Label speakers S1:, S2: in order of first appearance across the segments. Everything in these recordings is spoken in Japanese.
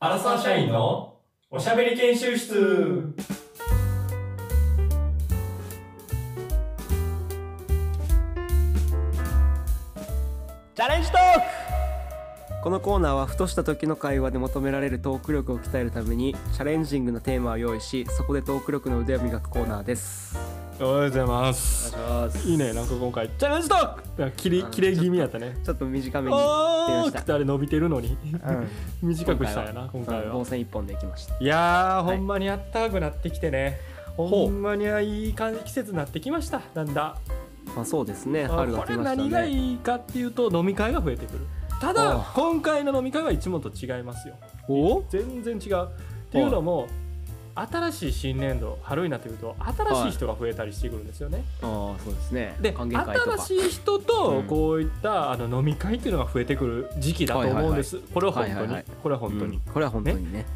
S1: アラサー社員のおしゃべり研修室
S2: チャレンジトーク
S3: このコーナーはふとした時の会話で求められるトーク力を鍛えるためにチャレンジングなテーマを用意しそこでトーク力の腕を磨くコーナーです
S2: おはようございます
S3: お願いします
S2: いいねなんか今回チャレンジトークなんか切り
S3: あー
S2: 切れ気味やったね
S3: ちょっと短めに
S2: お
S3: 言
S2: ー
S3: ってみまし
S2: って
S3: た
S2: あれ伸びてるのに短くしたんやな今
S3: 今
S2: 回
S3: 回は
S2: は
S3: 防線一本でいきました
S2: いやー
S3: は
S2: ほ
S3: い
S2: んまにあったかくなってきてね
S3: ほ
S2: ほ
S3: うん
S2: まにいい感じ季節になってきましたなんだ
S3: まあそうですね
S2: あ
S3: 春が
S2: こ
S3: 来
S2: れ
S3: ました
S2: 何が
S3: ね
S2: いいかっていうと飲み会が増えてくるた
S3: おう
S2: だ今回の飲み会はいつもと違いますよ
S3: お
S2: 全然違うっていうのも新しい新年度春になってくると新しい人が増えたりしてくるんですよね
S3: ああそうですね
S2: で
S3: 歓迎会とか
S2: 新しい人と
S3: うん
S2: こういったあの飲み会っていうのが増えてくる時期だと思うんですこれは本当
S3: はいはいは
S2: に
S3: い
S2: これは本当に
S3: うんこれは本当にね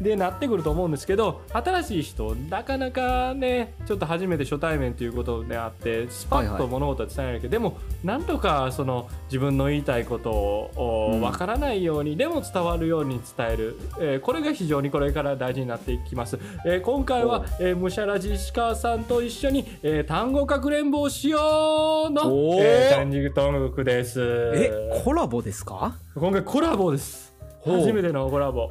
S2: でなってくると思うんですけど新しい人なかなかねちょっと初めて初対面ということであってスパッ
S3: はいは
S2: と
S3: い
S2: 物事は伝えられるけど、でもなんとかその自分の言いたいことをお
S3: うん
S2: わからないように、でも伝わるように伝える、えーこれが非常にこれから大事になっていきます、えー今回
S3: お
S2: は
S3: う、
S2: えー、むしゃらじ石川さんと一緒に、えー単語かくれんぼをしようの
S3: おー
S2: えーダンジングトークです
S3: えコラボですか
S2: 今回コラボです
S3: ほう
S2: 初めてのコラボ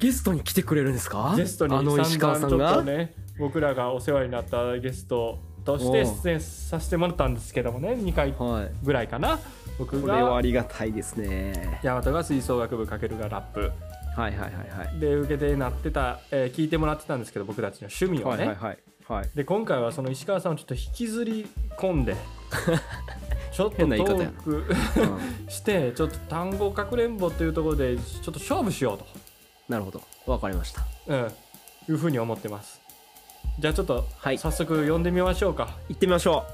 S3: ゲストに来てくれるんですか
S2: ゲストに
S3: あの石川さ
S2: 散
S3: ん
S2: 々ちょ
S3: が
S2: っとね僕らがお世話になったゲストとして出演させてもらったんですけどもね2回
S3: はい
S2: ぐらいかな僕
S3: これはあ
S2: が
S3: りがたいですね
S2: 大和が吹奏楽部かけるがラップ
S3: はいはいはいはい
S2: で受けてなってた、えー聞いてもらってたんですけど僕たちの趣味をね、
S3: はいはいはいはい
S2: で今回はその石川さんをちょっと引きずり込ん でちょっとト
S3: 変な言い方や
S2: ーク
S3: うん
S2: してちょっと単語かくれんぼというところでちょっと勝負しようと
S3: なるほどわかりました
S2: うん、いうふうに思ってますじゃあちょっと
S3: はい
S2: 早速呼んでみましょうか
S3: 行ってみましょ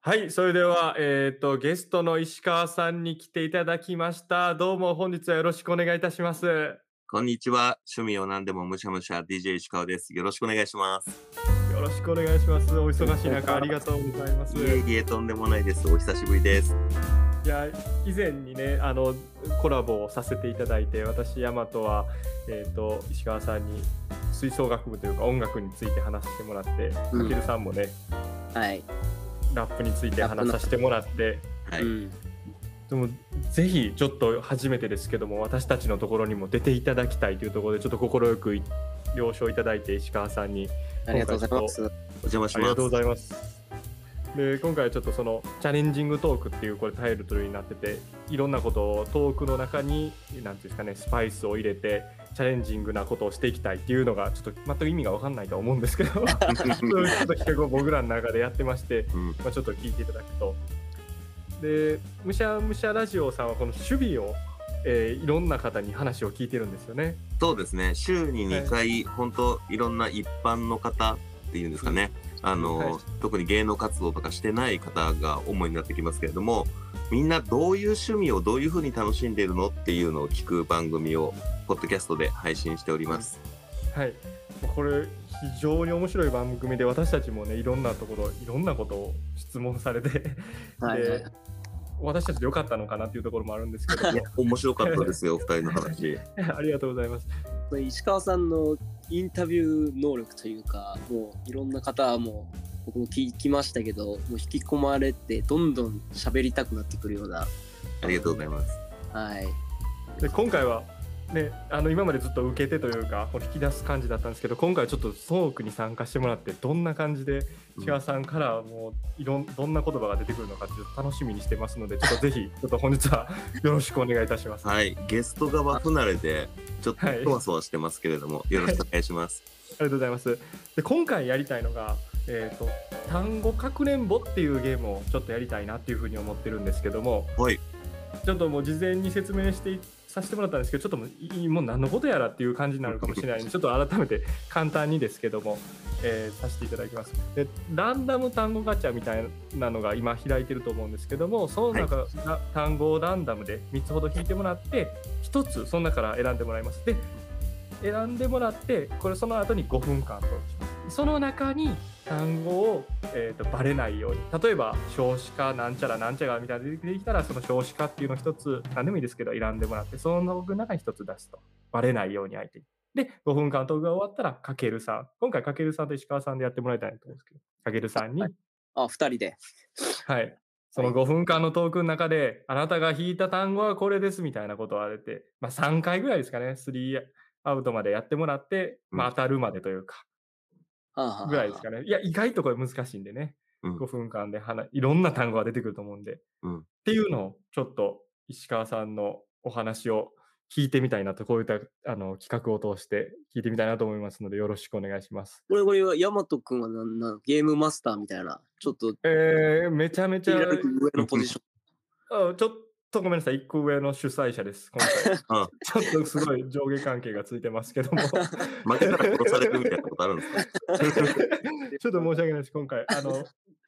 S2: はい、それではえっ、とゲストの石川さんに来ていただきましたどうも本日はよろしくお願いいたします
S4: こんにちは。趣味を何でもむしゃむしゃ DJ 石川です。よろしくお願いします。
S2: よろしくお願いしますお忙しい中ありがとうございます
S4: いえいえ、とんでもないです。お久しぶりです。
S2: いや以前にねあのコラボをさせていただいて私大和は、えー、と石川さんに吹奏楽部というか音楽について話してもらって、
S3: うん
S2: かけるさんもね
S3: うはい、
S2: ラップについて話させてもらって
S4: はい。
S3: うん
S2: でもぜひちょっと初めてですけども私たちのところにも出ていただきたいというところでちょっと快く了承いただいて石川さんに
S3: ありがとうございます
S4: お邪魔し
S2: あり
S4: ま
S2: がとうご
S4: す。
S2: ざいます。で今回はちょっとそのチャレンジングトークっていうこれタイルトルになってていろんなことをトークの中に何ていうんですかねスパイスを入れてチャレンジングなことをしていきたいっていうのがちょっと全く意味が分かんないとは思うんですけ どそう いうちょっと企画を僕らの中でやってまして
S4: うん
S2: まあ、ちょっと聞いていただくと。で、むしゃむしゃラジオさんはこの守備を、えーいろんな方に話を聞いてるんですよね。
S4: そうですね。週に2回、本当いろんな一般の方っていうんですかね。あの、
S2: はい
S4: 特に芸能活動とかしてない方が主になってきますけれども、みんなどういう趣味をどういうふうに楽しんでいるのっていうのを聞く番組を、ポッドキャストで配信しております。
S2: はい。これ、非常に面白い番組で、私たちもね、いろんなところ、いろんなことを質問されて、
S3: はいはい
S2: で私たちで良かったのかなっていうところもあるんですけど
S4: いや面白かったですよ、お二人の話。
S2: ありがとうございます。
S3: 石川さんのインタビュー能力というかもういろんな方も僕も聞きましたけどもう引き込まれてどんどん喋りたくなってくるような
S4: ありがとうございます。
S3: はい
S2: で今回はね、あの今までずっと受けてというかこう引き出す感じだったんですけど今回はちょっとトークに参加してもらってどんな感じで千賀さんからもういろんどんな言葉が出てくるのかちょっと楽しみにしてますのでちょっとぜひちょっと本日はよろしくお願いいたします。あ
S4: はい、ゲスト側不慣れで、ちょっと
S2: はい
S4: そわそわしてますけれども、よろしくお願いします。
S2: りがとうございます。で今回やりたいのが、えー、と単語かくれんぼっていうゲームをちょっとやりたいなっていうふうに思ってるんですけども
S4: はい、
S2: ちょっともう事前に説明していさせてもらったんですけどちょっともういもう何のことやらっていう感じになるかもしれ ないのでちょっと改めて簡単にですけども、えーさせていただきますでランダム単語ガチャみたいなのが今開いてると思うんですけどもその中、な単語をランダムで3つほど引いてもらって1つその中から選んでもらいますで選んでもらってこれその後に5分間としますその中に単語を、えー、とバレないように例えば少子化なんちゃらなんちゃらみたいなのが出てきたらその少子化っていうのを一つ何でもいいですけど選んでもらってその僕の中に一つ出すとバレないように相手に。で5分間トークが終わったらかけるさん今回かけるさんと石川さんでやってもらいたいなと思うんですけどかけるさんに、
S3: はあ、二人で。
S2: はい。その5分間のトークの中で、あなたが引いた単語はこれですみたいなことをあれて、まあ3回ぐらいですかね、3アウトまでやってもらって、まあ
S4: うん
S2: 当たるまでというか、
S3: ああ
S2: ぐらいですかね。いや、意外とこれ難しいんでね、
S4: うん
S2: 5分間で話、いろんな単語が出てくると思うんで、
S4: うん
S2: っていうのをちょっと石川さんのお話を聞いてみたいなと、こういったあの企画を通して聞いてみたいなと思いますので、よろしくお願いします。
S3: これ、これは、ヤマト君はなんなんゲームマスターみたいな、ちょっと、
S2: えー、めちゃめちゃ、
S3: 上のポジション。
S2: あちょっとごめんなさい、一個上の主催者です、今
S4: あ
S2: 回。ちょっとすごい上下関係がついてますけども、ちょっ
S4: 負けたら殺されるみたいなことあるんですか
S2: と申し訳ないです、今回。あの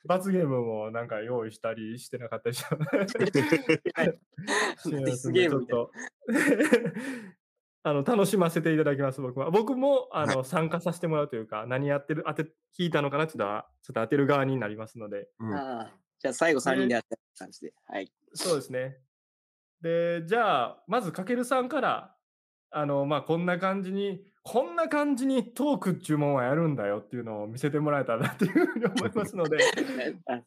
S2: 罰ゲームもなんか用意したりしてなかったりしたのですいません
S3: ディスゲームみたい な
S2: ちょっとあの楽しませていただきます、僕は。僕もあの、参加させてもらうというか、何やってる、当て、引いたのかなっていうのは、ちょっと当てる側になりますので、
S4: うん
S3: ああじゃあ、最後三人でやった感じで。はい。
S2: そうですね。で、じゃあ、まず、かけるさんから、あの、まあ、こんな感じに、こんな感じにトークっちゅうもんはやるんだよっていうのを見せてもらえたらなっていうふうに思います ので、
S3: あい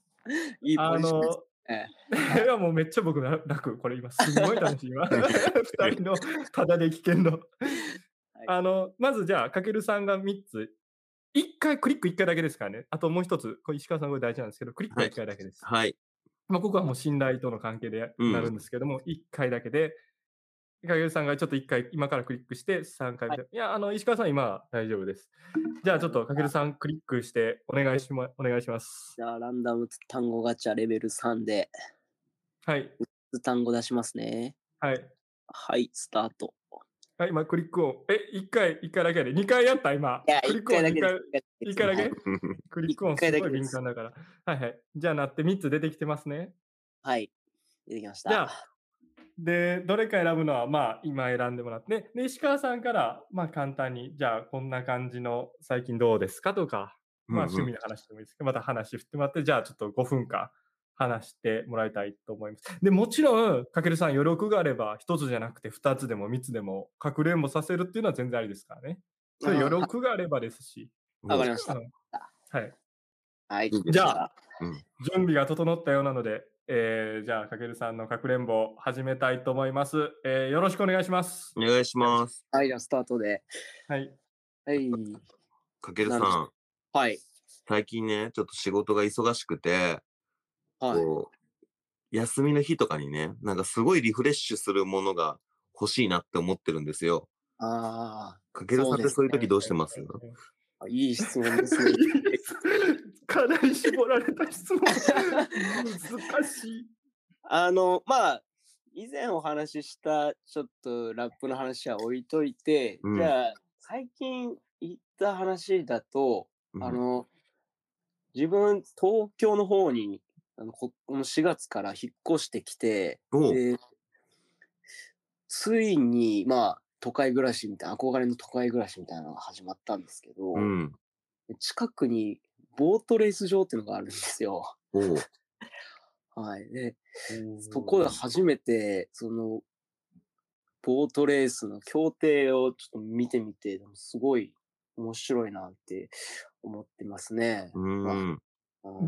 S3: い
S2: あ
S3: ポジション
S2: の
S3: です。、え
S2: いや、もうめっちゃ僕ら楽、これ今、すごい楽しい、今。 二人の、ただで危険 の。あの、まずじゃあ、かけるさんが3つ。一回、クリック1回だけですからね。あともう一つ、これ石川さんこれ大事なんですけど、クリックは1回だけです。
S4: はい。
S2: まあ、ここはもう信頼との関係で
S4: うん
S2: なるんですけども、一1回だけで、かげるさんがちょっと1回、今からクリックして、3回目で、い、や、あの、石川さん、今は大丈夫です。じゃあ、ちょっとかけるさん、クリックして、お願いしま、お願いします。
S3: じゃあ、ランダム単語ガチャレベル3で、
S2: はい。
S3: 単語出しますね。
S2: はい。
S3: はい、スタート。
S2: はい、今、クリックを、え、1回、1回だけやで、2回やった、今。
S3: いや、
S2: クリ
S3: 一
S2: ックを
S3: 回だけ
S2: 2
S3: です
S2: 回、。一回だけクリック音
S3: 一
S2: す
S3: 回だけ
S2: ごい
S3: です
S2: 敏感だから。はいはい。じゃあ、なって3つ出てきてますね。
S3: はい。出てきました。
S2: じゃあ、で、どれか選ぶのは、まあ、今選んでもらって、で、石川さんから、まあ、簡単に、じゃあ、こんな感じの最近どうですかとか、 まあ、趣味の話でもいいですけど、また話振ってもらって、じゃあ、ちょっと5分間話してもらいたいと思います。で、もちろん、かけるさん、余力があれば、1つじゃなくて、2つでも3つでも、かくれんぼさせるっていうのは全然ありですからね。それ
S3: あー
S2: 余力があればですし。
S3: わかりま
S4: し
S3: した。
S2: はい。
S3: はい。
S4: いいです
S2: じゃあ、準備が整ったようなので、えーじゃあ、かけるさんのかくれんぼ始めたいと思います。えーよろしくお願いします。
S4: お願いします。
S3: はい、じゃあ、スタートで。
S2: はい。
S3: はい。
S4: かけるさ
S3: なるほ
S4: ん、
S3: はい。
S4: 最近ね、ちょっと仕事が忙しくて、
S3: はい。
S4: こう、休みの日とかにね、なんかすごいリフレッシュするものが欲しいなって思ってるんですよ。
S3: あ
S4: かけるさんってそういう時どうしてます
S3: あ、いい質問です ね。
S2: かなり絞られた質問。難しい。
S3: あの、まあ、以前お話しした、ちょっとラップの話は置いといて、
S4: うん
S3: じゃあ、最近言った話だと、
S4: うん
S3: あの、自分、東京の方に、あのここの4月から引っ越してきて、
S4: おう
S3: で、ついに、まあ、都会暮らしみたいな、憧れの都会暮らしみたいなのが始まったんですけど、
S4: うん。
S3: 近くにボートレース場っていうのがあるんですよ。
S4: おう
S3: はい。で、そこで初めて、その、ボートレースの協定をちょっと見てみて、すごい面白いなって思ってますね。
S4: うん。
S3: うん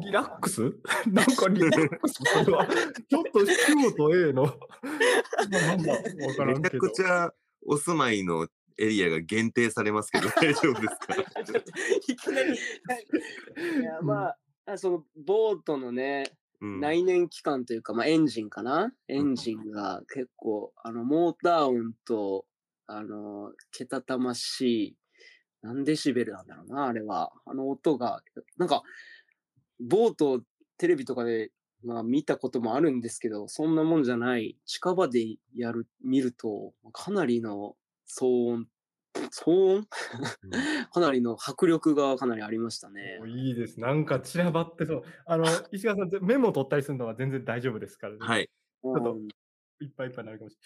S2: リラックス なんかリラックスこれはちょっと京と A の、まあなんだわから
S4: め
S2: ん
S4: ちゃ
S2: けど
S4: く。ちゃお住まいのエリアが限定されますけ ど、大丈夫ですか
S3: ちょっといきなり。 いや、
S2: うん
S3: まあ、その、ボートのね、
S4: うん
S3: 内燃機関というか、まあ、エンジンかなエンジンが結構、あの、モーター音と、あの、けたたましい、何デシベルなんだろうな、あれは。あの音が、なんか、ボートをテレビとかで、まあ、見たこともあるんですけど、そんなもんじゃない、近場でやる、見ると、かなりの騒音、騒音 かなりの迫力がかなりありましたね。
S2: いいです。なんか散らばってそう。あの、石川さん、メモ取ったりするのは全然大丈夫ですからね。
S4: はい。
S3: う
S2: ょっと
S3: ん、
S2: いっぱいいっぱいになるかもし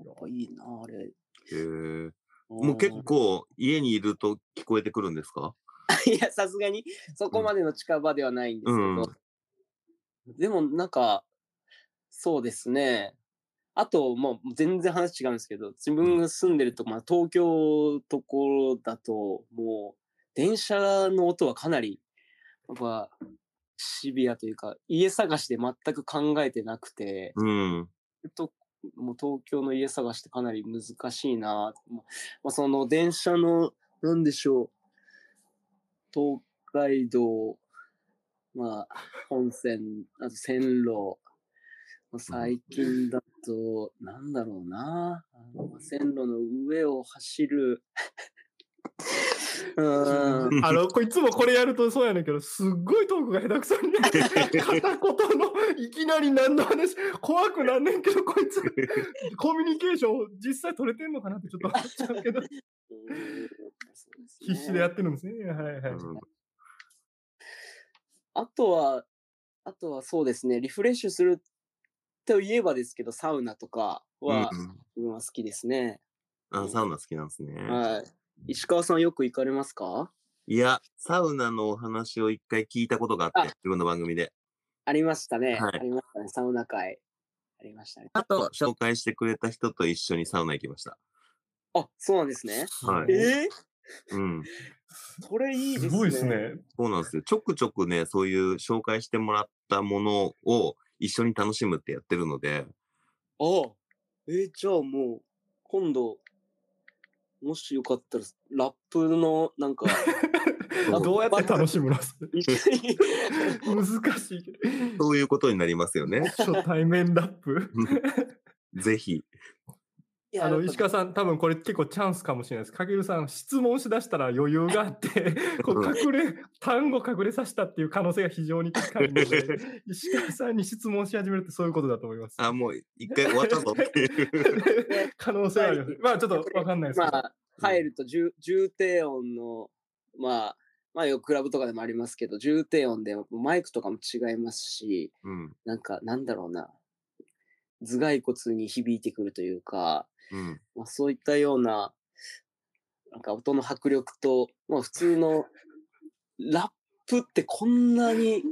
S2: れ
S3: や
S2: な
S3: っ
S2: い。
S3: ぱいいな、あれ。
S4: へーもう結構家にいると聞こえてくるんですか
S3: いや、さすがにそこまでの近場ではないんですけど、でもなんか、そうですね。あと、もう全然話違うんですけど、自分が住んでるとこ、まあ、東京ところだと、もう、電車の音はかなり、僕はシビアというか、家探しで全く考えてなくて、
S4: うん。
S3: ともう東京の家探しってかなり難しいなぁまあまあ、その電車の、なんでしょう、東海道、まあ、本線、あと線路、まあ最近だと、なんだろうなぁあの線路の上を走 る、うーん、
S2: あの、こいつもこれやるとそうやねんけど、すっごいトークが下手くそになって、片言の、いきなり何の話、怖くなんねんけど、こいつ、コミュニケーション実際取れてんのかなってちょっと思っちゃうけど、
S3: そうすね
S2: 必死でやってるんですね。はいはい。
S3: あとは、あとはそうですね、リフレッシュするといえばですけど、サウナとかは
S4: うん
S3: 自分は好きですね。
S4: あ、サウナ好きなんですね。
S3: はい。石川さんよく行かれますか
S4: いや、サウナのお話を一回聞いたことがあっ
S3: あ
S4: て、自分の番組で。
S3: ありましたね、
S4: はい
S3: ありましたね。サウナ会。ありましたね。
S4: あと、紹介してくれた人と一緒にサウナ行きました。
S3: あ、そうなんですね。
S4: はい
S3: え
S4: うん。
S3: ー、それいいです
S2: す
S3: ね。
S2: ごいです。ね。
S4: そうなんですよ。ちょくちょくね、そういう紹介してもらったものを一緒に楽しむってやってるので、
S3: あえーじゃあもう、今度、もしよかったら、ラップの、なんか、
S4: そう
S2: どうやって楽しむの
S3: 一緒に
S2: 難しいけど。
S4: そういうことになりますよね。
S2: 初対面ラップ。
S4: ぜひ。
S3: いや
S2: あの
S3: やっぱ
S2: 石川さん、多分これ結構チャンスかもしれないです。かけるさん、質問しだしたら余裕があ って、こう隠れ、単語隠れさせたっていう可能性が非常に高いので、 石川さんに質問し始めるってそういうことだと思います。
S4: あ、もう一回終わったぞっていう。
S2: 可能性はあります。まあちょっとわかんないですけ
S3: ま
S2: ど。
S3: あ、入ると重重低音の、まあ、まあよくクラブとかでもありますけど、重低音でマイクとかも違いますし、
S4: うん。
S3: なんか、なんだろうな、頭蓋骨に響いてくるというか、
S4: うん。
S3: まあ、そういったような、なんか音の迫力と、まあ普通のラップってこんなに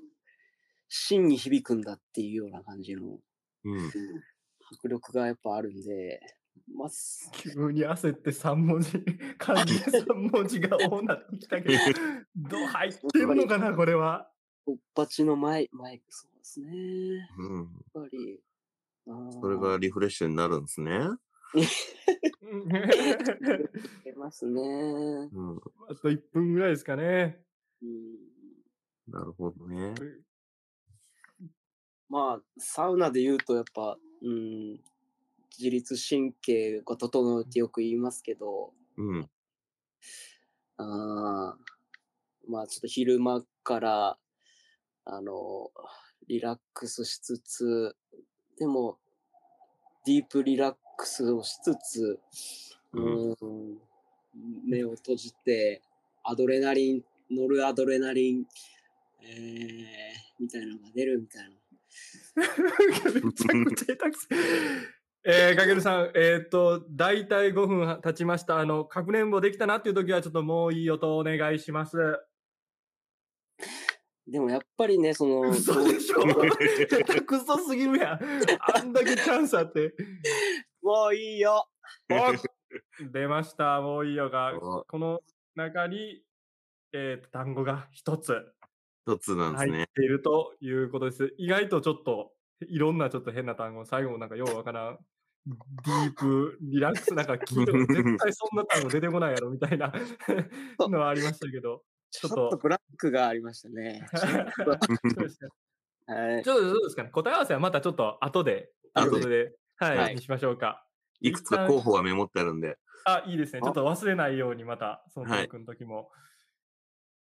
S3: 芯に響くんだっていうような感じの
S4: うん。
S3: 迫力がやっぱあるんで、まあ、す
S2: 急に焦って3文 字、漢字3文字が多なってきたけど、どう入ってんのかな、これ は。
S3: おっぱちのマイマイク、そうですね。
S4: うん。
S3: やっぱり。あー
S4: それがリフレッシュになるんですね。
S3: 出ますね。うん
S4: うん。
S2: あと1分ぐらいですかね。
S4: なるほどね。
S3: まあ、サウナで言うと、やっぱ、うん、自律神経が整うってよく言いますけど、
S4: うん。
S3: あーまあ、ちょっと昼間から、あの、リラックスしつつ、でも、ディープリラックスをしつつ、
S4: うん
S3: うん目を閉じて、アドレナリン、ノルアドレナリン、えー、みたいなのが出るみたいな。
S2: めちゃくちゃ下手くそ。えー、かけるさん、えっ、と、大体5分経ちました。あの、かくれんぼできたなっていう時は、ちょっともういい音お願いします。
S3: でもやっぱりね、そ の、
S2: 嘘でしょ下手くそすぎるやん。あんだけチャンスあって。
S3: もういいよ。
S2: お出ました、もういいよが。
S4: お
S2: この中に、えーと、単語が一つ
S4: 一つなんです
S2: 入
S4: ね
S2: っ。ているということです。意外とちょっと、いろんなちょっと変な単語、最後もなんかようわからん、ディープ、リラックス、なんか聞いても絶対そんな単語出てこないやろみたいなのはありましたけど。
S3: ち
S2: ょ
S3: ょ
S2: っ
S3: っ
S2: と
S3: とブラックがありまし たね。
S2: そうですね
S3: はい
S2: ちょっとどうですかね。答え合わせはまたちょっと後で、
S4: 後で
S2: 後で、はい、
S3: はい
S2: にしましょうか。
S4: いくつか候補がメモってあるんで。
S2: あ、いいですね。
S3: あ
S2: ちょっと忘れないようにまた、そのト
S4: はい
S2: ークの時も。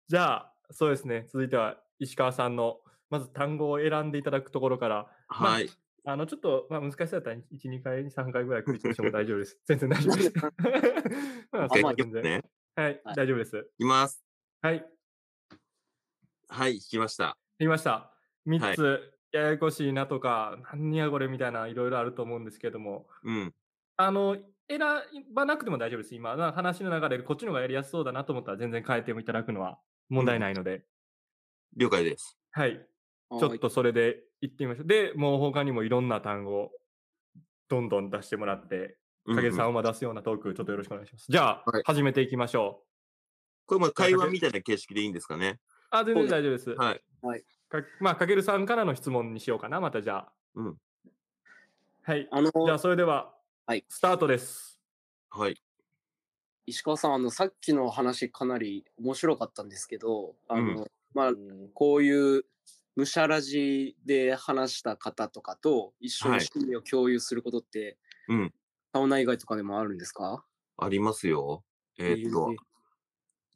S2: じゃあ、そうですね。続いては石川さんの、まず単語を選んでいただくところから、まあ
S4: はい。
S2: あの、ちょっと、まあ、難しさだったら、1、2回、3回ぐらい繰り返しても大丈夫です。 全然大丈夫です。まあ、そ
S4: 一
S2: んな
S4: 回
S2: い
S4: きま
S2: 全
S4: す
S2: 然。
S4: ね。
S2: はい、
S3: はい
S2: 大丈夫です。
S4: いきます。
S2: はい、で
S4: はい、引きました。
S2: きました。3
S4: い
S2: つ、ややこしいなとか、何やこれみたいな、いろいろあると思うんですけども、
S4: うん。
S2: あの、選ばなくても大丈夫です。今、な話の流れで、こっちの方がやりやすそうだなと思ったら、全然変えてもいただくのは問題ないので、
S4: 了解です。
S2: はい。
S3: あ
S2: ちょっとそれで行ってみましょう。で、もう他にもいろんな単語をどんどん出してもらって、影さんをま出すようなトーク、ちょっとよろしくお願いします。じゃあ、
S4: はい
S2: 始めていきましょ
S4: これも会話みたいな形式でいいんですかね。
S2: う。あ、全
S3: そう
S2: 然
S3: です
S2: 大丈夫です。
S4: はい。
S2: かまあ、かけるさんからの質問にしようかな、またじゃあ。
S4: うん。
S2: はい。
S3: あの
S2: じゃあ、それでは、
S3: はい
S2: スタートです。
S4: はい。
S3: 石川さんあのさっきの話かなり面白かったんですけどあの、
S4: う
S3: まあこういうむしゃらじで話した方とかと一緒に
S4: はい
S3: 趣味を共有することって、
S4: うん。
S3: サウナ以外とかでもあるんですか
S4: ありますよ。えーっと
S3: えー、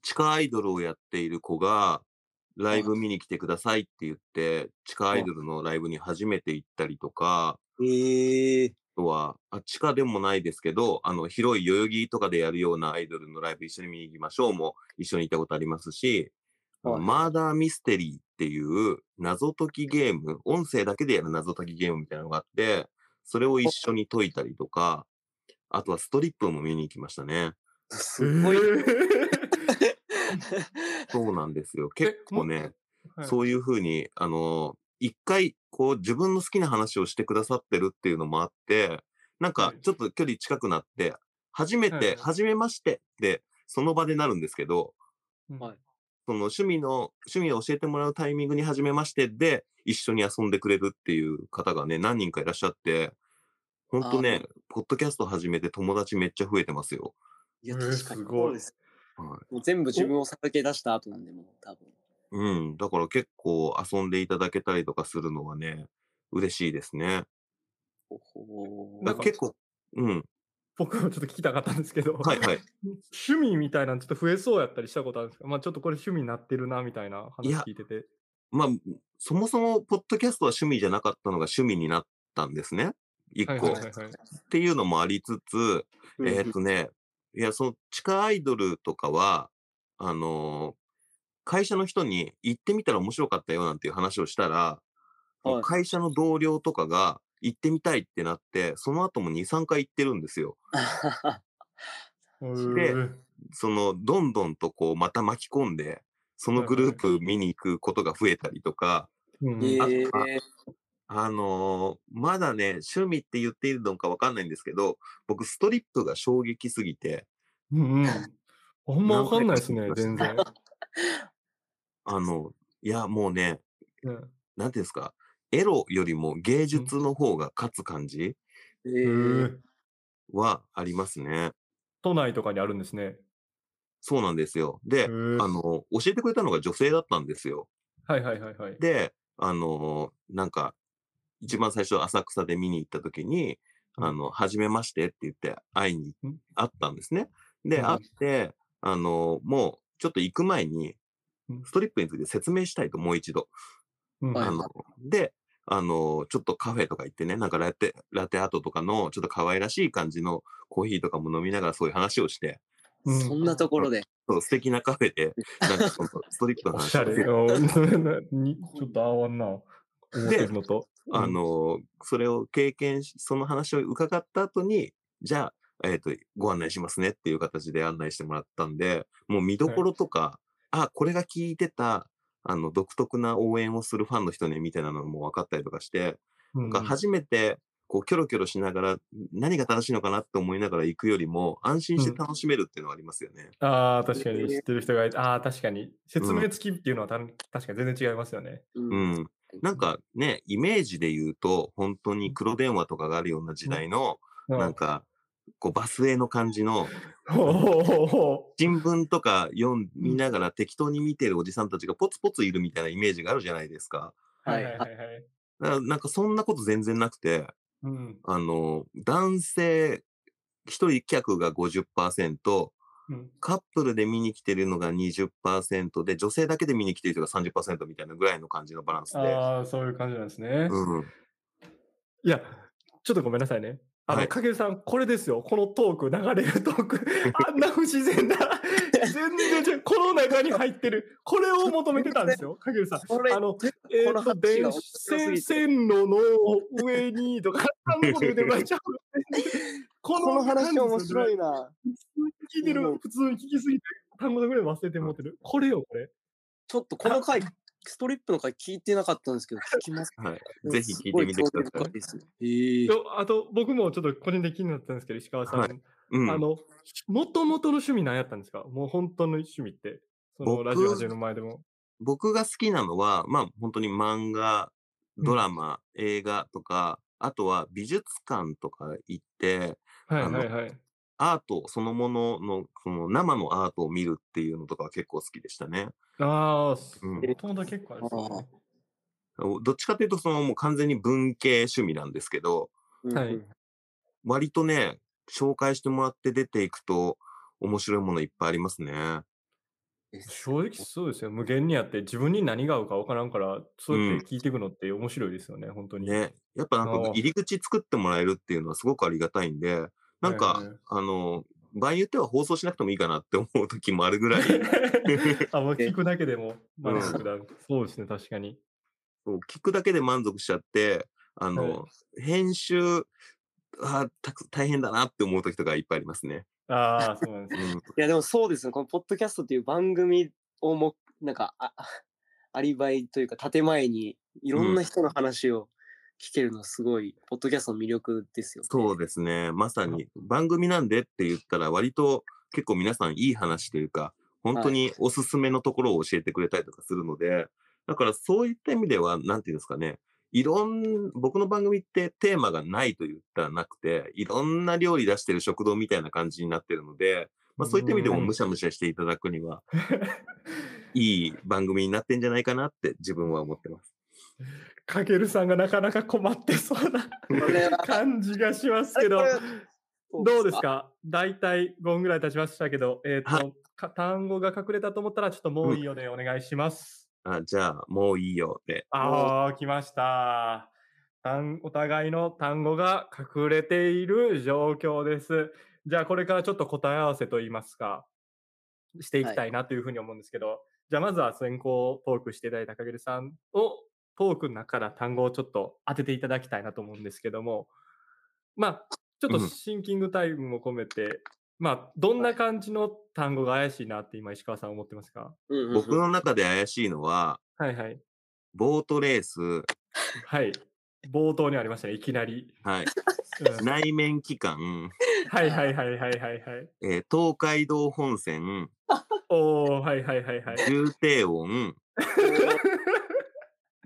S4: 地下アイドルをやっている子が、ライブ見に来てくださいって言って、地下アイドルのライブに初めて行ったりとか、
S3: えー、
S4: あとは、あ、地下でもないですけど、あの、広い代々木とかでやるようなアイドルのライブ一緒に見に行きましょうも一緒に行ったことありますし、あの
S3: はい
S4: マーダーミステリーっていう謎解きゲーム、音声だけでやる謎解きゲームみたいなのがあって、それを一緒に解いたりとか、あとはストリップも見に行きましたね。
S3: すごい。
S4: そうなんですよ。
S2: え
S4: 結構ね、
S2: はい
S4: そういうふうに、あの、一回、こう、自分の好きな話をしてくださってるっていうのもあって、なん
S2: は
S4: か
S2: い、
S4: ちょっと距離近くなって、初め
S2: はいはい
S4: て、初めましてって、その場でなるんですけど、
S2: うん
S3: はい
S4: その趣味の、趣味を教えてもらうタイミングに初めましてで、一緒に遊んでくれるっていう方がね、何人かいらっしゃって、ほんとね、ポッドキャスト始めて友達めっちゃ増えてますよ。
S3: いや、
S2: えー
S3: 確か
S2: す
S3: に。
S2: ごい
S3: そうです。
S4: はい
S3: もう全部自分をさらけ出した後なんで、もう多分。
S4: うん。だから結構遊んでいただけたりとかするのはね、嬉しいですね。
S3: ほほー
S2: なん
S4: だ
S2: から
S4: か結構、うん。
S2: 僕もちょっと聞きたかったんですけど、
S4: はいはい。
S2: 趣味みたいなのちょっと増えそうやったりしたことあるんですかまあ、ちょっとこれ趣味になってるな、みたいな話
S4: いや
S2: 聞いてて。
S4: まあ、そもそも、ポッドキャストは趣味じゃなかったのが趣味になったんですね。一個。
S2: はいはいはいはい。
S4: っていうのもありつつ、
S3: うん
S4: えーっとね、いや、その地下アイドルとかは、あのー会社の人に行ってみたら面白かったよなんていう話をしたら、もう
S3: はい
S4: 会社の同僚とかが行ってみたいってなって、その後も2、3回行ってるんですよ。で
S2: うん
S4: その、どんどんとこう、また巻き込んで、そのグループ見に行くことが増えたりとか、
S2: うん
S3: えー
S4: ああのーまだね、趣味って言っているのかわかんないんですけど、僕、ストリップが衝撃すぎて、
S2: うんうん。あんまわかんないですね
S4: な、んか
S2: 全然。
S4: あの、いや、もうね、
S2: うん
S4: なんていうんですか、エロよりも芸術の方が勝つ感じ
S3: え
S2: へ
S3: ー
S2: ー
S4: はありますね。
S2: 都内とかにあるんですね。
S4: そうなんですよ。で、
S2: へ
S4: あ
S2: ー
S4: の、教えてくれたのが女性だったんですよ。
S2: はいはいはいはい。
S4: で、あのーなんか、一番最初浅草で見に行った時に、
S2: うん
S4: あの、はじめましてって言って会いに
S2: うん
S4: 会ったんですね。で、
S2: うん
S4: 会って、あのーもうちょっと行く前に
S2: うん、
S4: ストリップについて説明したいと、もう一度。
S2: うん
S3: はい
S4: あの、で、あの、ちょっとカフェとか行ってね、なんかラテ、ラテアートとかの、ちょっと可愛らしい感じのコーヒーとかも飲みながらそういう話をして、
S2: うん
S3: そんなところで。
S4: そう素敵なカフェで、なんかそのストリップ の
S2: お
S4: 話
S2: しゃ
S4: を
S2: れ。
S4: して
S2: お にちょっと合わんな。思ってるのと。
S4: あの、それを経験し、その話を伺った後に、じゃあ、えっ、と、ご案内しますねっていう形で案内してもらったんで、もう見どころとか、あ、これが聞いてた、あの、独特な応援をするファンの人ね、みたいなのも分かったりとかして、
S2: うん、
S4: なんか初めてこうキョロキョロしながら何が正しいのかなって思いながら行くよりも安心して
S2: うん
S4: 楽しめるっていうのはありますよね。
S2: ああ、確かに知ってる人がいて、ああ、確かに。説明付きっていうのはた確かに全然違いますよね。
S3: う
S4: うん。なんかね、イメージで言うと本当に黒電話とかがあるような時代の
S2: う
S4: なんかこうバスへの感じの
S2: ほうほうほうほ
S4: 新聞とか読みながら適当に見てるおじさんたちがポツポツいるみたいなイメージがあるじゃないですか。
S2: う。は
S3: はいい
S2: はいはいはい。
S4: だからなんかそんなこと全然なくて、
S2: うん。
S4: あの、男性一人客が50%、
S2: うん
S4: カップルで見に来てるのが20%で、女性だけで見に来てる人が30%みたいなぐらいの感じのバランスで。
S2: ああ、そういう感じなんですね。
S4: うん、
S2: いや、ちょっとごめんなさいね。あ
S4: は
S2: の、
S4: い
S2: かけるさん、これですよ。このトーク、流れるトー ク。あんな不自然な。全然違う。この中に入ってる。これを求めてたんですよ。かけるさん。
S3: これ
S2: あの、えっ
S3: この
S2: と、
S3: 話が
S2: 電
S3: 面白すぎ
S2: 線
S3: て
S2: 線路の上にとか、あんなこと言ってもらっちゃう。こ
S3: この話面白
S2: い。
S3: いな。
S2: 聞いてる、普通に聞きすぎて、単語だけで忘れてもってる。これよ、これ。
S3: ちょっとこの回、ストリップの回聞いてなかったんですけど、聞きます。
S4: はい。ぜひ聞いてみてください。
S3: すご興味深ですね。へえ
S2: あと、僕もちょっと個人的になったんですけど、石川さん。
S4: はうん。
S2: あの、もともとの趣味何やったんですかもう本当の趣味って。その
S4: 僕
S2: ラジオ始める前でも。
S4: 僕が好きなのは、まあ本当に漫画、ドラマ、映画とか、あとは美術館とか行って、
S2: はい
S4: あの
S2: はいはい。
S4: アートそのものの、その生のアートを見るっていうのとかは結構好きでしたね。
S2: ああ、
S4: うん
S2: もともと結構あれです
S3: あ
S2: ね。
S4: どっちかというと、そのもう完全に文系趣味なんですけど、
S3: うん
S2: はい
S4: 割とね、紹介してもらって出ていくと、面白いものいっぱいありますね。
S2: 正直そうですよ。無限にあって、自分に何が合うか分からんから、そうやって聞いていくのって面白いですよね、本当に。
S4: ね。やっぱなん
S2: あ
S4: か
S2: ー
S4: 入り口作ってもらえるっていうのはすごくありがたいんで、なんか、
S2: はいはい
S4: あの、場合によっては放送しなくてもいいかなって思う時もあるぐらい、
S2: あ、もう聞くだけでも満足だ。そうですね、確かに。
S4: そう聞くだけで満足しちゃって、あの、編集、あーたく大変だなって思う時とかいっぱいありますね。
S2: ああ、そうなんで
S4: う
S2: すね。
S4: ん、
S3: いや、でもそうですね。このポッドキャストという番組をも、なんか、あアリバイというか、建前に、いろんな人の話を聞けるの、すごい、ポッドキャストの魅力ですよ。
S4: そうですね。まさに、番組なんでって言ったら、割と結構皆さんいい話というか、本当におすすめのところを教えてくれたりとかするので、だからそういった意味では、なんていうんですかね、いろん、僕の番組ってテーマがないと言ったらなくて、いろんな料理出してる食堂みたいな感じになってるので、まあそういった意味でも
S2: うん
S4: むしゃむしゃしていただくに は、いい番組になってんじゃないかなって自分は思ってます。
S2: かけるさんがなかなか困ってそうな
S3: これは
S2: 感じがしますけど
S3: こ、れ
S2: どうですか大体5分ぐらい経ちましたけど、えっ、と、か単語が隠れたと思ったら、ちょっともういいよね、お願いします。
S4: あじゃあ、もういいよって。
S2: ああ、来ました。単お互いの単語が隠れている状況です。じゃあ、これからちょっと答え合わせといいますか、していきたいなというふうに思うんですけど、じゃあ、まずは先行トークしていただいたかげるさんを、トークの中から単語をちょっと当てていただきたいなと思うんですけども、まあ、ちょっと
S4: うん
S2: シンキングタイムも込めて、まあ、どんな感じの単語が怪しいなって今、石川さん思ってますか
S3: うんうんうん
S4: 僕の中で怪しいのは、
S2: はいはい。
S4: ボートレース、
S2: はい。冒頭にありましたね、いきなり。
S4: はい、
S2: うん
S4: 内面機関、
S2: はいはいはいはいはいはい。
S4: えー東海道本線、
S2: おー、はいはいはいはい。
S4: 重低音、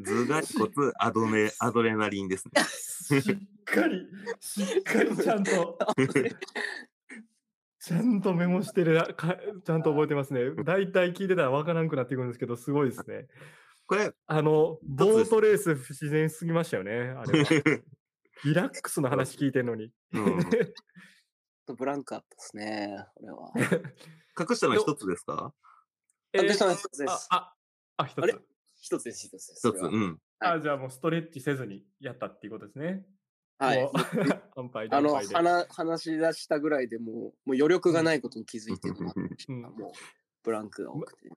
S4: 頭蓋骨アド ネ、アドレナリンですね。
S2: しっかり、しっかりちゃん と、ちゃんとメモしてる、かちゃんと覚えてますね。だいたい聞いてたらわからんくなってくるんですけど、すごいですね。
S4: これ、
S2: あの、ボートレース不自然すぎましたよね、あれは。リラックスの話聞いてんの に。
S4: うん、隠
S3: ブランクあったですね、これは。
S4: したの一つですか
S2: え
S3: あでそ
S2: ー
S3: の一つで
S2: あ
S3: す。
S2: あ、あ、一
S3: あれ
S2: つ。
S3: 一つです、一つです。
S4: 一つ、
S3: それ
S4: う
S3: は
S4: ん。
S2: あ、じゃあもうストレッチせずにやったっていうことですね。
S3: はい
S2: も。う。 乾杯で
S3: あ
S2: 乾
S3: の、
S2: 杯で。
S3: 話話し出したぐらいでもう、もう余力がないことに気づいてるな、
S2: うん
S3: もう、ブランクが多くて。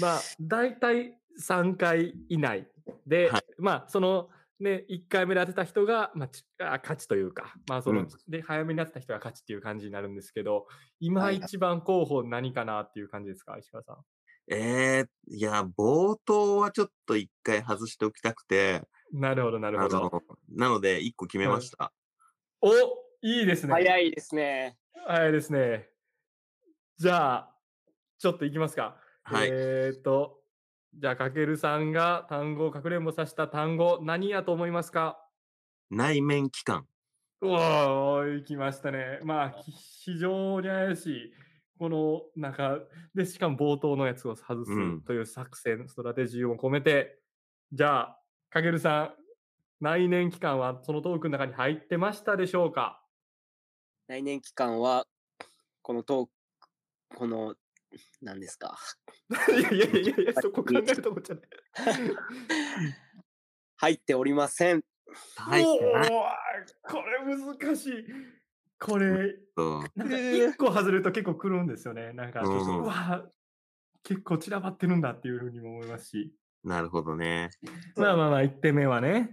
S2: まあ、大体3回以内で、
S4: はい
S2: まあ、その、ね、1回目で当てた人が、まあ、ちあ勝ちというか、まあ、その、
S4: うん
S2: で、早めに当てた人が勝ちっていう感じになるんですけど、今
S3: はいはい
S2: 一番候補何かなっていう感じですか、石川さん。
S4: えー、いや、冒頭はちょっと一回外しておきたくて、
S2: なるほど、なる
S4: あ
S2: ほど。
S4: の、なので一個決めました。
S2: おいいですね。
S3: 早いですね。
S2: 早いですね。じゃあ、ちょっといきますか。
S4: はい。
S2: えっ、と、じゃあ、かけるさんが単語を隠れんぼさせた単語、何やと思いますか
S4: 内面機関。
S2: うわー、行きましたね。まあ、き非常に怪しい。この、なんか、で、しかも冒頭のやつを外す
S4: うん
S2: という作戦、ストラテジーを込めて、じゃあ、かけるさん、内年期間はそのトークの中に入ってましたでしょう か
S3: 来年期間は、このトーク、この、何ですか。
S2: いやいやいやいや、そこ考えるとこじゃない。
S3: 入っておりません。
S4: はい。
S2: おー
S4: はい
S2: これ難しい。これ、
S4: と
S2: なんか
S3: えー
S2: 1個外れると結構くるんですよね。なんか、ちょっ
S4: う
S2: と
S4: ん
S2: うわー結構散らばってるんだっていうふうにも思いますし。
S4: なるほどね。
S2: まあまあまあ、1点目はね。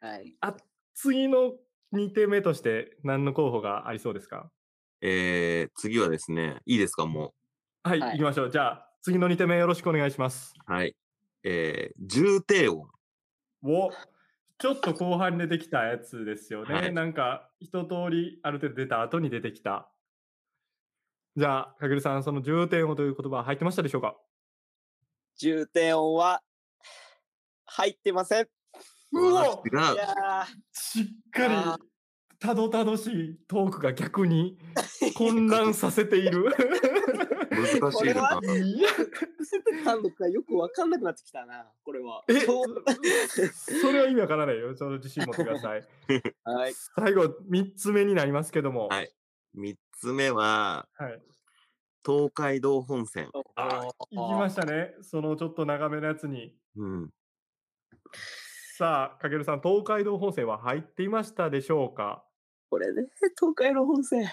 S3: はい。
S2: 次の2点目として何の候補がありそうですか
S4: えー、次はですね、いいですか、も
S2: はい、
S3: はい
S2: 行きましょう。じゃあ、次の2点目よろしくお願いします。
S4: う。はい。えー重低音。
S2: をちょっと後半に出てきたやつですよね。
S4: はい
S2: なんか一通りある程度出た後に出てきた。じゃあ、かぐるさん、その重点音という言葉入ってましたでしょうか
S3: 重低音は入ってません。
S2: う
S4: わ
S2: お
S4: ー
S3: い
S4: 違う。
S3: や
S2: しっ
S3: あ
S2: かりたどたどしいトークが逆に混 乱させている。
S4: 難し
S3: こ
S4: い
S3: れ
S4: な。
S3: は
S2: え
S3: ー、セテ単独がよくわかんなくなってきたな、これは。
S2: そそ れは意味わからないよ。ちょっと自信持ってください。
S3: はい。
S2: 最後、3つ目になりますけども。
S4: はい三つ目は、
S2: はい
S4: 東海道本線。
S2: あ行きましたね。そのちょっと長めのやつに。
S4: うん。
S2: さあ、かけるさん、東海道本線は入っていましたでしょうか
S3: これね、東海の本線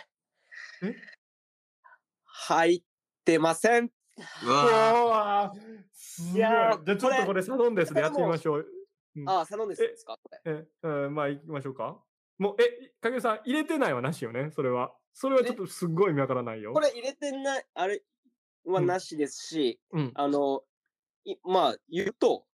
S2: え。
S3: 入ってません。
S4: う
S2: う
S4: わ
S2: わーすごい
S3: い
S2: じゃ
S3: や
S2: あ
S3: ー
S2: ちょっと
S3: これ
S2: これサドンデスでやってみましょう。
S3: ああ、サドンデスですかこれ。
S2: え、うん、まあ行きましょうか。もう、え、かけるさん、入れてないはなしよね、それは。それはちょっとすっごい見わからないよ。
S3: これ入れてない、あれは
S2: うん
S3: なしですし、
S2: うん。
S3: あの、いまあ、言うと、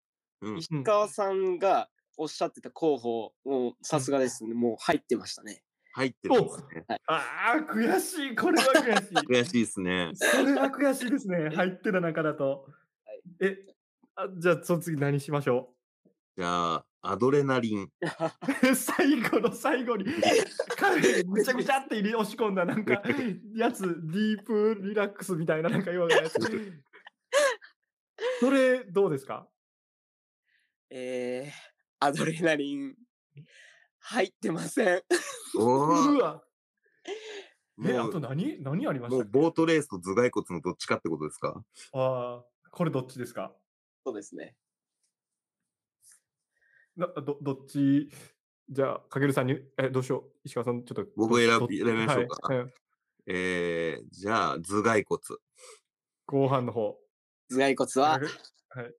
S4: ーうん。
S3: 石川さんがおっしゃってた候補、もうさすがですね、もう入ってましたね。
S4: 入ってるんですね。
S2: ああ、悔しい、これは悔しい。
S4: 悔しいですね。
S2: それは悔しいですね、入ってた中だと
S3: はい。
S2: え、あじゃあ、その次何しましょう
S4: じゃあ、アドレナリン。
S2: 最後の最後に、彼、ぐちゃぐちゃって入れ押し込んだ、なんか、やつ、ディープリラックスみたいな、なんか今のやつ。それ、どうですか
S3: えー、アドレナリン、入ってません。
S2: う
S4: おお。
S2: わ、え、あ
S4: も
S2: と
S4: う、
S2: 何何ありま
S4: も
S2: し
S4: う
S2: たっけ
S4: ボートレースと頭蓋骨のどっちかってことですか
S2: あーこれどっちですか
S3: そうですね。
S2: などどっちじゃあ、かけるさんに、え、どうしよう石川さん、ちょっと。
S4: 僕選び
S2: どっち
S4: 選びましょうか
S2: はいん
S4: えー、じゃあ、頭蓋骨。
S2: 後半の方。
S3: 頭蓋骨は
S2: かけ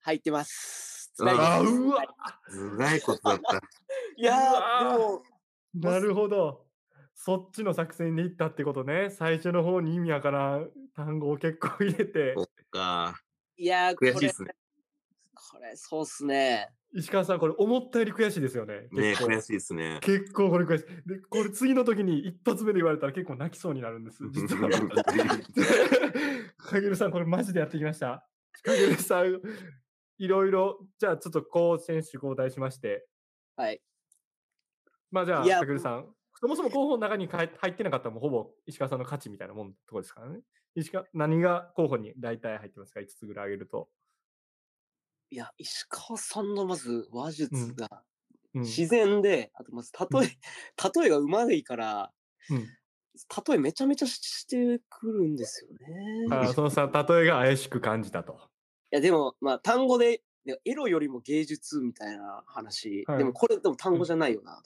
S3: 入ってます。
S4: うわ
S2: あーうわ
S4: 頭蓋骨だった。
S3: いやー、
S2: うわー
S3: でも、
S2: なるほど。そっちの作戦に行ったってことね。最初の方に意味わからん単語を結構入れて
S4: そ、っか。
S3: いやー、これ、
S4: 悔しいっすね。
S3: これ、そうっすね。
S2: 石川さん、これ思ったより悔しいですよね。
S4: ね
S2: 結構
S4: 悔しいですね。
S2: 結構これ悔しい。で、これ次の時に一発目で言われたら結構泣きそうになるんです。実 は。かげるさん、これマジでやってきました。かげるさん、いろいろ、じゃあちょっとこう選手交代しまして。
S3: はい。
S2: まあじゃあ、
S3: いや
S2: かげるさん、そもそも候補の中にかえ入ってなかったらもうほぼ石川さんの勝ちみたいなもんとこですからね。石川、何が候補に大体入ってますか ?5 つぐらいあげると。
S3: いや、石川さんのまず話術が
S2: うん。
S3: 自然で、あとまず例え、 例えがうまいから、
S2: うん
S3: 例えめちゃめちゃししてくるんですよね。
S2: あーそのさ、例えが怪しく感じたと。
S3: いや、でも、まあ、単語で、でもエロよりも芸術みたいな話。
S2: はい
S3: でも、これ、でも単語じゃないよな。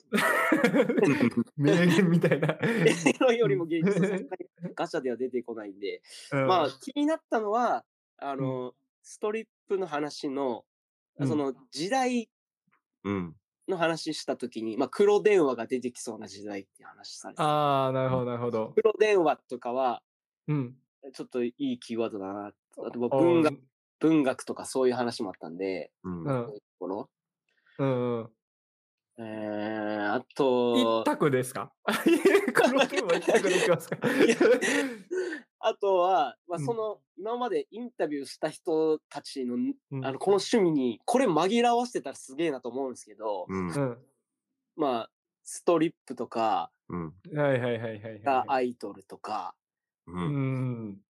S2: 名言みたいな。
S3: エロよりも芸術
S2: うん
S3: はさすがにガチャでは出てこないんで。
S2: うん
S3: まあ、気になったのは、あの、ストリップの話の、
S2: うん
S3: その、時代
S4: うん。
S3: の話したときに、まあ、黒電話が出てきそうな時代っていう話されて。
S2: ああ、なるほど、なるほど。
S3: 黒電話とかは、
S2: うん。
S3: ちょっといいキーワードだな。あとまあ、
S2: あー
S3: 文学、文学とかそういう話もあったんで、
S4: うん。
S2: う
S4: うん
S2: ん
S3: そういうところ。
S2: うんうん。
S3: えー、あ
S2: 一
S3: と、
S2: 択ですか この件は一択でいきますか
S3: いやあとは、まあ、
S2: うん
S3: その、今までインタビューした人たちの、
S2: うん
S3: あの、この趣味に、これ紛らわしてたらすげえなと思うんですけど、
S4: うん
S2: うん。
S3: まあ、ストリップとか、
S4: うん。
S2: はいはいはいはいはい
S3: ザ・
S2: は
S3: アイドルとか、
S4: う。
S2: い。うんん。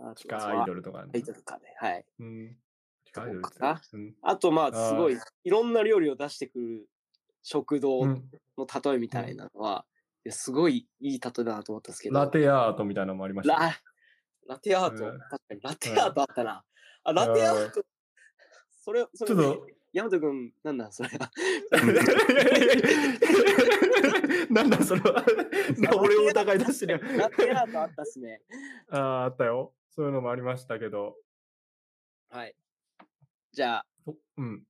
S3: あ
S2: 地
S3: と
S2: 下
S3: そ
S2: ア
S3: の
S2: イドルとかね
S3: アイドルとかね、はい。
S2: うん。地下アイドル
S3: と
S2: っ
S3: か
S2: て
S3: かな
S2: うん
S3: あと、まあ、
S2: あー
S3: すごい、いろんな料理を出してくる食堂
S2: う
S3: の
S2: ん。
S3: 例えみたいなのは、いやすごいいい例えだなと思ったんですけど、
S2: ラテアートみたいなのもありましたね。
S3: ララテアート、
S2: うん
S3: 確かにラテアートあったな。あ、ラテアート、それ、それ、
S2: ちょっ と。
S3: ヤマト君、なんなんそれは。
S2: なんだそれは。な俺を疑い出してる
S3: ラテアートあったっすね。
S2: ああ、あったよ。そういうのもありましたけど。
S3: はい。じゃ
S2: おうん。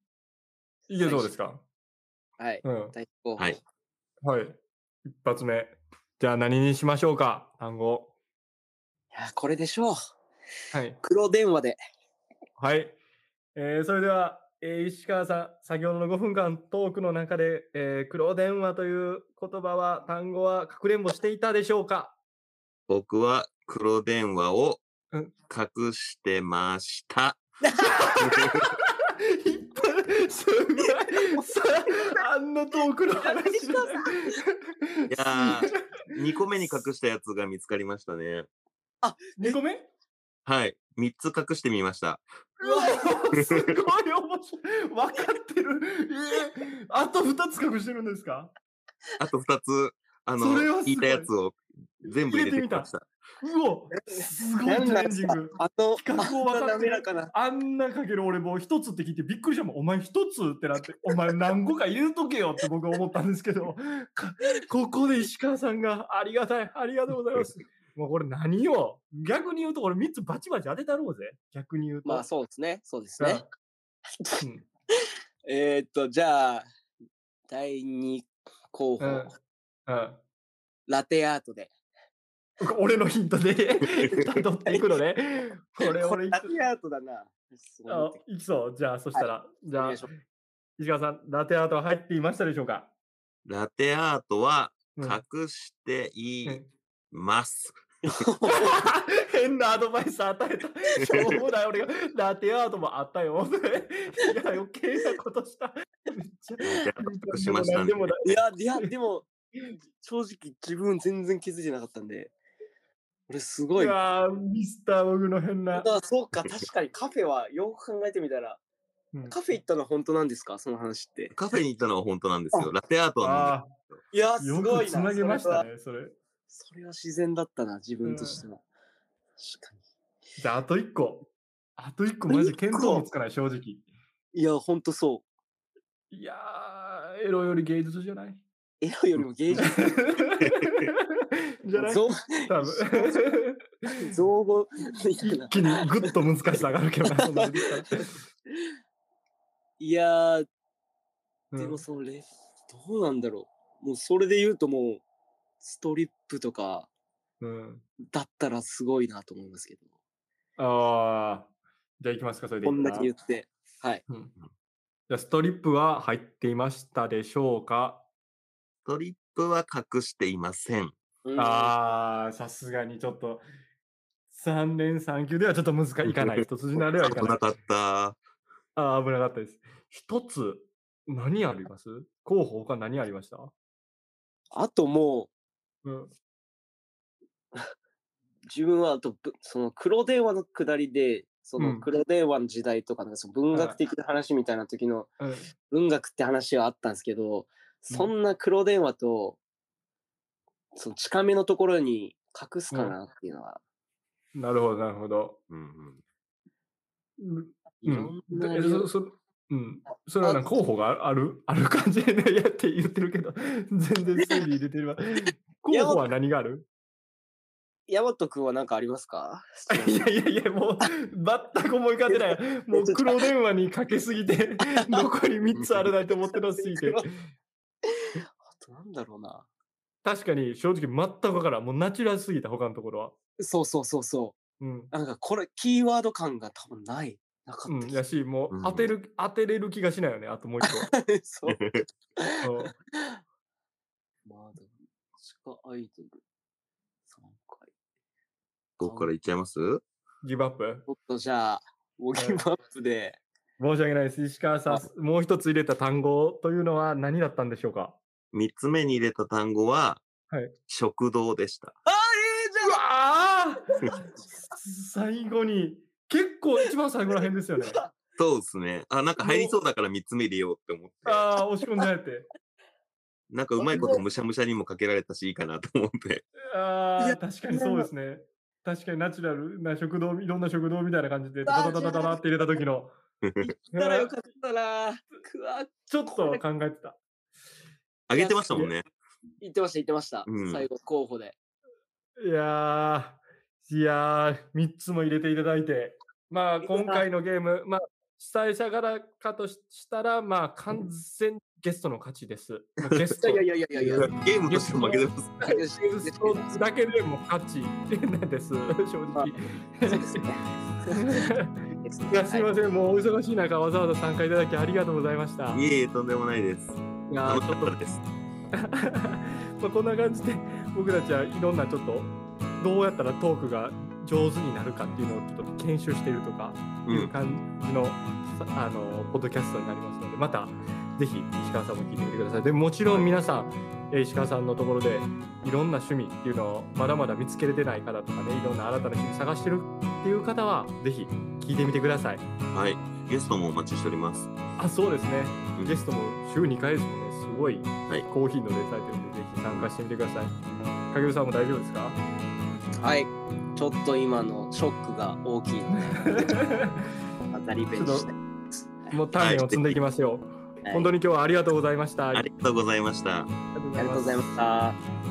S2: いけそうですか
S3: あ、はい。
S2: うん。
S3: 大候補。
S4: はい
S2: はい。一発目。じゃあ何にしましょうか単語。
S3: いや、これでしょう。
S2: はい。
S3: 黒電話で。
S2: はい。えーそれでは、えー石川さん、先ほどの5分間トークの中で、えー黒電話という言葉は、単語はかくれんぼしていたでしょう か
S4: 僕は黒電話を
S2: うん
S4: 隠してました。
S2: 引っ張る、すごい。 さあ、あんなトークの話。
S4: い やー、2個目に隠したやつが見つかりましたね。
S2: 2個目
S4: はい。3つ隠してみました。
S2: うわ、すごい面白い。分かってる。えーあと2つ隠してるんですか
S4: あと2つ、あの
S2: それはすご、い
S4: 言いたやつを全部入れてみました。
S2: うお、すごいチャレンジング。
S3: あの、
S2: 企画を分かってる
S3: あんな滑らかな。
S2: あんなかける俺もう一つって聞いてびっくりしたもん。お前一つってなって、お前何個か入れとけよって僕は思ったんですけど、かここで石川さんがありがたい、ありがとうございます。もうこれ何よ逆に言うとこれ3つバチバチ当てたろうぜ。逆に言うと。
S3: まあそうですね。そうですね。
S2: うん
S3: えーっと、じゃあ、第2候補、
S2: うんうん
S3: ラテアートで。
S2: 俺のヒント で辿っていくのね。これ
S3: こ
S2: 俺
S3: れ
S2: い
S3: ラ
S2: く
S3: テアートだな。そう思
S2: あ
S3: ってき
S2: いきそう。じゃあそしたら、じ
S3: たお
S2: ゃあ
S3: 願いします
S2: 石川さん、ラテアートは入っていましたでしょうか、
S4: ラテアートは
S2: うん
S4: 隠してい
S2: うん
S4: ます。
S2: 変なアドバイス与えた。しょうもない俺がラテアートもあったよ。 いや、余計なことした。めっちゃ。
S4: ラテアート隠しましたね
S2: でもなんでもない
S3: いや、いや、でも、正直自分全然気づいてなかったんで、俺すごい。
S2: う
S3: あ
S2: わーミスター僕の変な。
S3: そうか、確かにカフェはよく考えてみたら、
S2: うん
S3: カフェ行ったのは本当なんですかその話って。
S4: カフェに行ったのは本当なんですよ。ラテアートは
S2: あ
S3: いや、
S2: ー
S3: す
S2: よ
S3: ご
S2: く
S3: いな。
S2: つなげました
S3: それは。
S2: ね、それ。
S3: それは自然だったな、自分としては。確かに。
S2: じゃあ、あと一個。あと一個、マジ見当もつかない、正直。
S3: いや、ほんとそ
S2: いやー、エロより芸術じゃ ない。
S3: う。エロよりも芸術。
S2: じゃ ない
S3: 造
S2: 多分
S3: 造語みたいな
S2: 一。気にぐっと難しさ上がるけどな、 そんなのできたら
S3: いやー、
S2: うん
S3: でもそのレ、どうなんだろう。もうそれで言うともう、ストリップとか
S2: うん。
S3: だったらすごいなと思いますけど。
S2: ああ。じゃあ行きますか、それでい
S3: こ
S2: いか
S3: ん
S2: な。
S3: だけ言って。はい。
S2: うんじゃあ、ストリップは入っていましたでしょうか、
S4: ストリップは隠していません。
S3: うん
S2: ああ、さすがにちょっと、3連3級ではちょっと難しい。いか ない。一筋縄ではいかな
S4: 危
S2: い
S4: な。かった。
S2: ああ、危なかったです。一つ、何あります 候補他何ありました
S3: あとも
S2: うん。
S3: う、自分はあとぶ、その黒電話の下りで、そうの
S2: ん
S3: 黒電話の時代とか、なんかその文学的な話みたいな時の
S2: うん
S3: 文学って話はあったんですけど、そんな黒電話と、その近めのところに隠すかなっていうのは、
S2: なるほど、なるほど。
S4: うんうん
S2: うん。
S3: いろんな
S2: え
S3: 理由
S2: そそうん、それはなんか候補があ るある感じでねやって言ってるけど、全然整理入れてる わ。候補は何がある
S3: ヤマト君は何かありますか
S2: いやいやいや、もう全く思い浮かんでない。 もう黒電話にかけすぎ て、残り3つあるなって思ってなすぎ て。
S3: あとなんだろうな。
S2: 確かに正直全くわからん。もうナチュラルすぎた、他のところは。
S3: そうそうそうそ
S2: うん。
S3: う。なんかこれ、キーワード感が多分ない。なか
S2: う
S3: っ
S2: ん、やし、も
S4: う
S2: うん当てる、当てれる気がしないよね、あともう一
S3: たです。 そう。
S2: 個。うん
S3: まあでも、地下アイドル3回。
S4: 僕から言っちゃいます
S2: ギブアップ
S3: ちょっとじゃあ、ウォーキングアップで、
S2: 申し訳ないです。石川さ ん、もう一つ入れた単語というのは何だったんでしょうか
S4: 三つ目に入れた単語は、
S2: はい
S4: 食堂でした。
S2: うわー最後に、結構一番最後ら辺 ですよね。
S4: そうですね。あ、なんか入りそうだから三つ目入れようって思って。
S2: ああ、押し込んじゃれ て。
S4: なんかうまいことむしゃむしゃにもかけられたし、いいかなと思って。
S2: あ
S3: い
S2: あ、
S3: や
S2: 確かにそうですね。確かにナチュラルな食堂、いろんな食堂みたいな感じで、ダダダダダダって入れた時 の。
S3: 行ったらよかったな。くわ、
S2: ちょっと考えてた。
S4: あげてましたもんね。
S3: 言ってました、言ってました。
S4: うん
S3: 最後、候補で。
S2: いやー、いやー、3つも入れていただいて、まあ、
S3: いいな
S2: 今回のゲーム、まあ、主催者からかとししたら、まあ、完全ゲストの勝ち です。もうゲス
S3: い
S2: ト
S3: やいやいやいやいや。
S4: ゲームとして負けてます。
S3: ゲス
S2: ゲストだけでも勝ちなんです、正
S3: まあ
S2: 直。
S3: そうですね。です。
S2: いやすいません、
S3: はい
S2: もうお忙しい中わざわざ参加いただきありがとうございました。
S4: いえいえ、とんでもないです。
S2: いや
S4: 楽
S2: ー
S4: し
S2: ちょ
S4: か
S2: っと
S4: ったです。
S2: まあこんな感じで僕たちはいろんなちょっとどうやったらトークが上手になるかっていうのをちょっと研修しているとか
S4: う。
S2: いうん感じの,、あのポッドキャストになりますのでまたぜひ石川さんも聞いてみてくださいでもちろん皆さんえー石川さんのところでいろんな趣味っていうのをまだまだ見つけれてない方とかねいろんな新たな趣味探してるっていう方はぜひ聞いてみてください
S4: はい。ゲストもお待ちしております。
S2: あそうですね
S4: うん
S2: ゲストも週2回ですもんねすごい
S4: い
S2: 高頻度でされてるんで、ぜひ参加してみてください影尾さんも大丈夫です か
S3: はい。ちょっと今のショックが大きいので、またリベンジしたいです。
S2: もう鍛錬を積んでいきますよ、
S3: はい
S2: 本当に今日はありがとうございました、
S4: ありがとうございました。
S2: あり
S3: ありがとうございました。